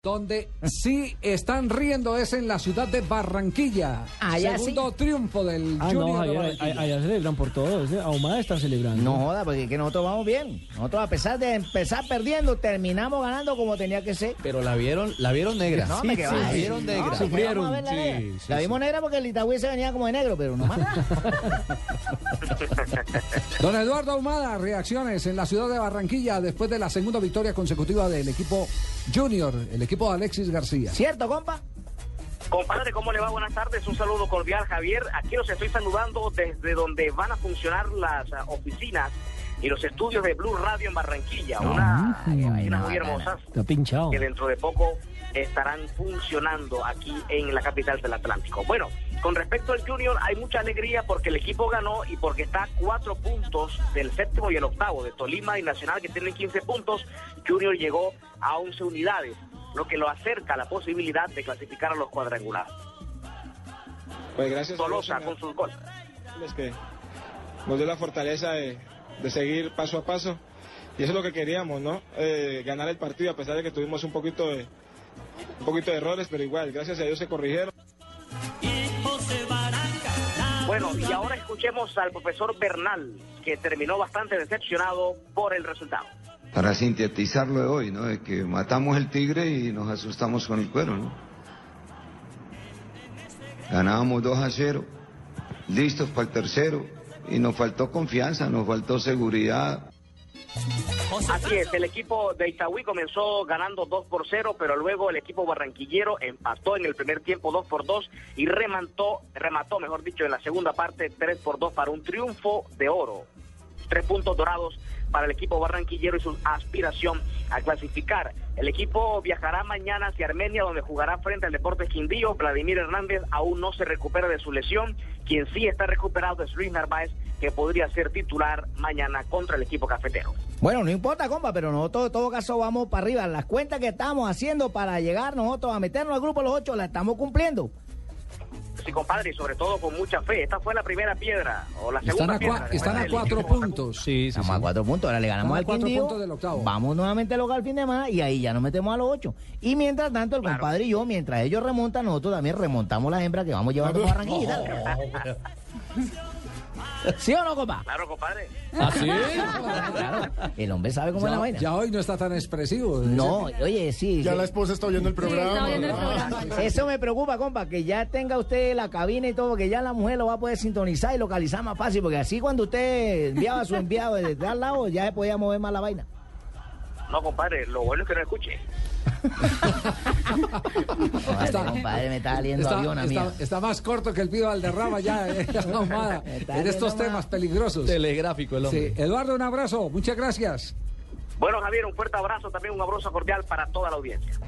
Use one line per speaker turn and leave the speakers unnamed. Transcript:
Donde sí están riendo es en la ciudad de Barranquilla.
Ah, ya
Segundo triunfo del
Ah, no,
Junior de
allá,
Barranquilla.
allá celebran por todos. ¿eh? Ahumada está celebrando.
No joda, porque es que nosotros vamos bien. Nosotros a pesar de empezar perdiendo, terminamos ganando como tenía que ser.
Pero la vieron, la vieron negra.
No, me quedaba.
La vieron negra.
Sufrieron,
Vamos a ver la
sí,
negra.
sí,
La vimos negra porque el Itagüí se venía como de negro, pero no más nada.
Don Eduardo Ahumada, reacciones en la ciudad de Barranquilla después de la segunda victoria consecutiva del equipo Junior, el equipo de Alexis García.
¿Cierto, compa?
Compadre, ¿cómo le va? Buenas tardes, un saludo cordial, Javier. Aquí los estoy saludando desde donde van a funcionar las ah, oficinas y los estudios de Blue Radio en Barranquilla. Una oficinas muy hermosas
Está pinchado.
que dentro de poco estarán funcionando aquí en la capital del Atlántico. Bueno, con respecto al Junior, hay mucha alegría porque el equipo ganó y porque está a cuatro puntos del séptimo y el octavo, de Tolima y Nacional, que tienen 15 puntos. Junior llegó a 11 unidades, lo que lo acerca a la posibilidad de clasificar a los cuadrangulares.
Pues gracias a Dios,
Tolosa con sus goles.
señores, que nos dio la fortaleza de, de seguir paso a paso. Y eso es lo que queríamos, ¿no? Eh, ganar el partido, a pesar de que tuvimos un poquito de, un poquito de errores, pero igual, gracias a Dios se corrigieron.
Bueno, y ahora escuchemos al profesor Bernal, que terminó bastante decepcionado por el resultado.
para sintetizarlo de hoy, ¿no? Es que matamos el tigre y nos asustamos con el cuero, ¿no? Ganábamos 2 a 0, listos para el tercero, y nos faltó confianza, nos faltó seguridad,
Así es, el equipo de Itagüí comenzó ganando 2 por 0, pero luego el equipo barranquillero empató en el primer tiempo 2 por 2 y remantó, remató, mejor dicho, en la segunda parte 3 por 2 para un triunfo de oro. Tres puntos dorados para el equipo barranquillero y su aspiración a clasificar. El equipo viajará mañana hacia Armenia, donde jugará frente al Deportes Quindío. Vladimir Hernández aún no se recupera de su lesión. Quien sí está recuperado es Luis Narváez, que podría ser titular mañana contra el equipo cafetero.
Bueno, no importa, compa, pero nosotros en todo caso vamos para arriba. Las cuentas que estamos haciendo para llegar nosotros a meternos al grupo de los ocho, las estamos cumpliendo.
Sí, compadre, y sobre todo con mucha fe. Esta fue la primera piedra, o la
Están
segunda
a,
piedra.
cua- están a
del
cuatro
equipo.
puntos.
Sí, sí,
Estamos a
sí.
cuatro puntos, ahora le ganamos
Estamos a
al
cuatro
Quindío,
puntos del octavo.
Vamos nuevamente al local el fin de semana y ahí ya nos metemos a los ocho. Y mientras tanto, el compadre y yo, mientras ellos remontan, nosotros también remontamos las hembras que vamos llevando para Barranquilla. ¿Sí o no, compa?
Claro, compadre.
¿Ah, sí?
Claro, el hombre sabe cómo es la
Ya,
vaina.
ya hoy no está tan expresivo. ¿eh?
No, oye, sí. sí.
esposa está oyendo el
está oyendo el programa.
Eso me preocupa, compa, que ya tenga usted la cabina y todo, que ya la mujer lo va a poder sintonizar y localizar más fácil, porque así cuando usted enviaba a su enviado desde al lado, ya se podía mover más la vaina.
No, compadre, lo bueno es que no escuche.
Compadre,
Está-
compadre, me está saliendo
Está,
avión a mí.
está- está más corto que el pío Valderrama ya eh, Ahumada,
Está
en estos
bien,
temas peligrosos.
Telegráfico el hombre.
Sí, Eduardo, un abrazo. Muchas gracias.
Bueno, Javier, un fuerte abrazo, también un abrazo cordial para toda la audiencia.